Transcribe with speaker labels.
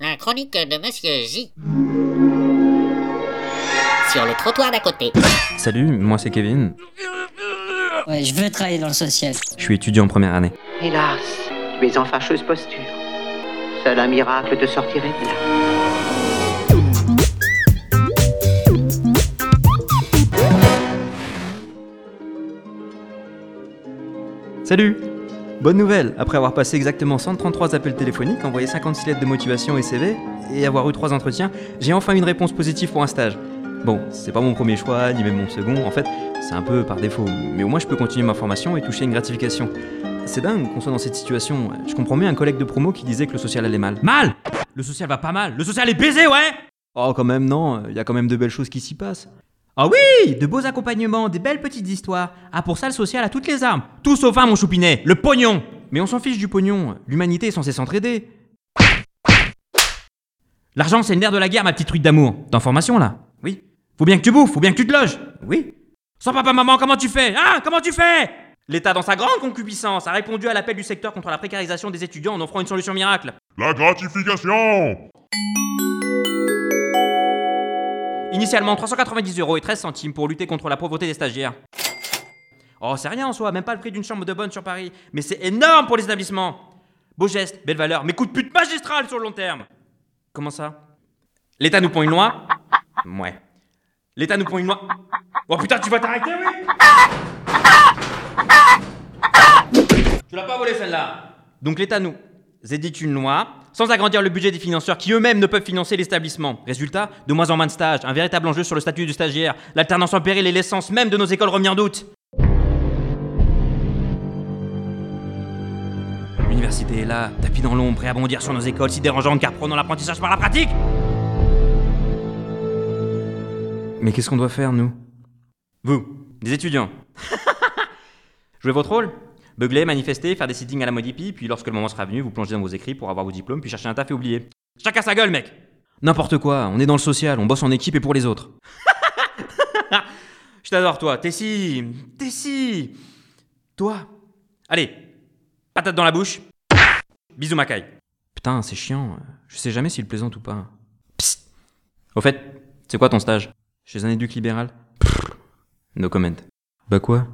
Speaker 1: un chronique de Monsieur J. Sur le trottoir d'à côté.
Speaker 2: Salut, moi c'est Kevin.
Speaker 3: Ouais, je veux travailler dans le social.
Speaker 2: Je suis étudiant en première année.
Speaker 4: Hélas, tu es en fâcheuse posture. Seul un miracle te sortirait de là.
Speaker 2: Salut Bonne nouvelle Après avoir passé exactement 133 appels téléphoniques, envoyé 56 lettres de motivation et CV, et avoir eu 3 entretiens, j'ai enfin une réponse positive pour un stage. Bon, c'est pas mon premier choix, ni même mon second, en fait, c'est un peu par défaut, mais au moins je peux continuer ma formation et toucher une gratification. C'est dingue qu'on soit dans cette situation. Je comprends mieux un collègue de promo qui disait que le social allait mal. Mal Le social va pas mal Le social est baisé, ouais Oh, quand même, non, il y a quand même de belles choses qui s'y passent. Ah oui De beaux accompagnements, des belles petites histoires. Ah, pour ça, le social a toutes les armes. Tout sauf un, mon choupinet Le pognon Mais on s'en fiche du pognon. L'humanité est censée s'entraider. L'argent, c'est le nerf de la guerre, ma petite truite d'amour. D'information, là Oui. Faut bien que tu bouffes, faut bien que tu te loges. Oui. Sans papa, maman, comment tu fais Hein Comment tu fais L'État, dans sa grande concupiscence, a répondu à l'appel du secteur contre la précarisation des étudiants en offrant une solution miracle.
Speaker 5: La gratification
Speaker 2: Initialement 390 euros et 13 centimes pour lutter contre la pauvreté des stagiaires. Oh, c'est rien en soi, même pas le prix d'une chambre de bonne sur Paris, mais c'est énorme pour les établissements. Beau geste, belle valeur, mais coup de pute magistral sur le long terme. Comment ça L'État nous pond une loi Ouais. L'État nous pond une loi. Oh putain, tu vas t'arrêter, oui Tu l'as pas volé celle-là Donc l'État nous édite une loi sans agrandir le budget des financeurs qui eux-mêmes ne peuvent financer l'établissement. Résultat, de moins en moins de stages, un véritable enjeu sur le statut du stagiaire, l'alternance en péril et l'essence même de nos écoles remis en doute. L'université est là, tapis dans l'ombre, prêt à bondir sur nos écoles si dérangeantes car prenons l'apprentissage par la pratique Mais qu'est-ce qu'on doit faire, nous Vous, des étudiants. Jouez votre rôle Beugler, manifester, faire des sittings à la modipi, puis lorsque le moment sera venu, vous plongez dans vos écrits pour avoir vos diplômes, puis chercher un taf et oublier. Chacun sa gueule, mec N'importe quoi, on est dans le social, on bosse en équipe et pour les autres. Je t'adore, toi, t'es si. T'es si. Toi. Allez, patate dans la bouche. Bisous, Macaille. Putain, c'est chiant, je sais jamais s'il plaisante ou pas. Psst Au fait, c'est quoi ton stage Chez un éduc libéral Pfff, No comment. Bah quoi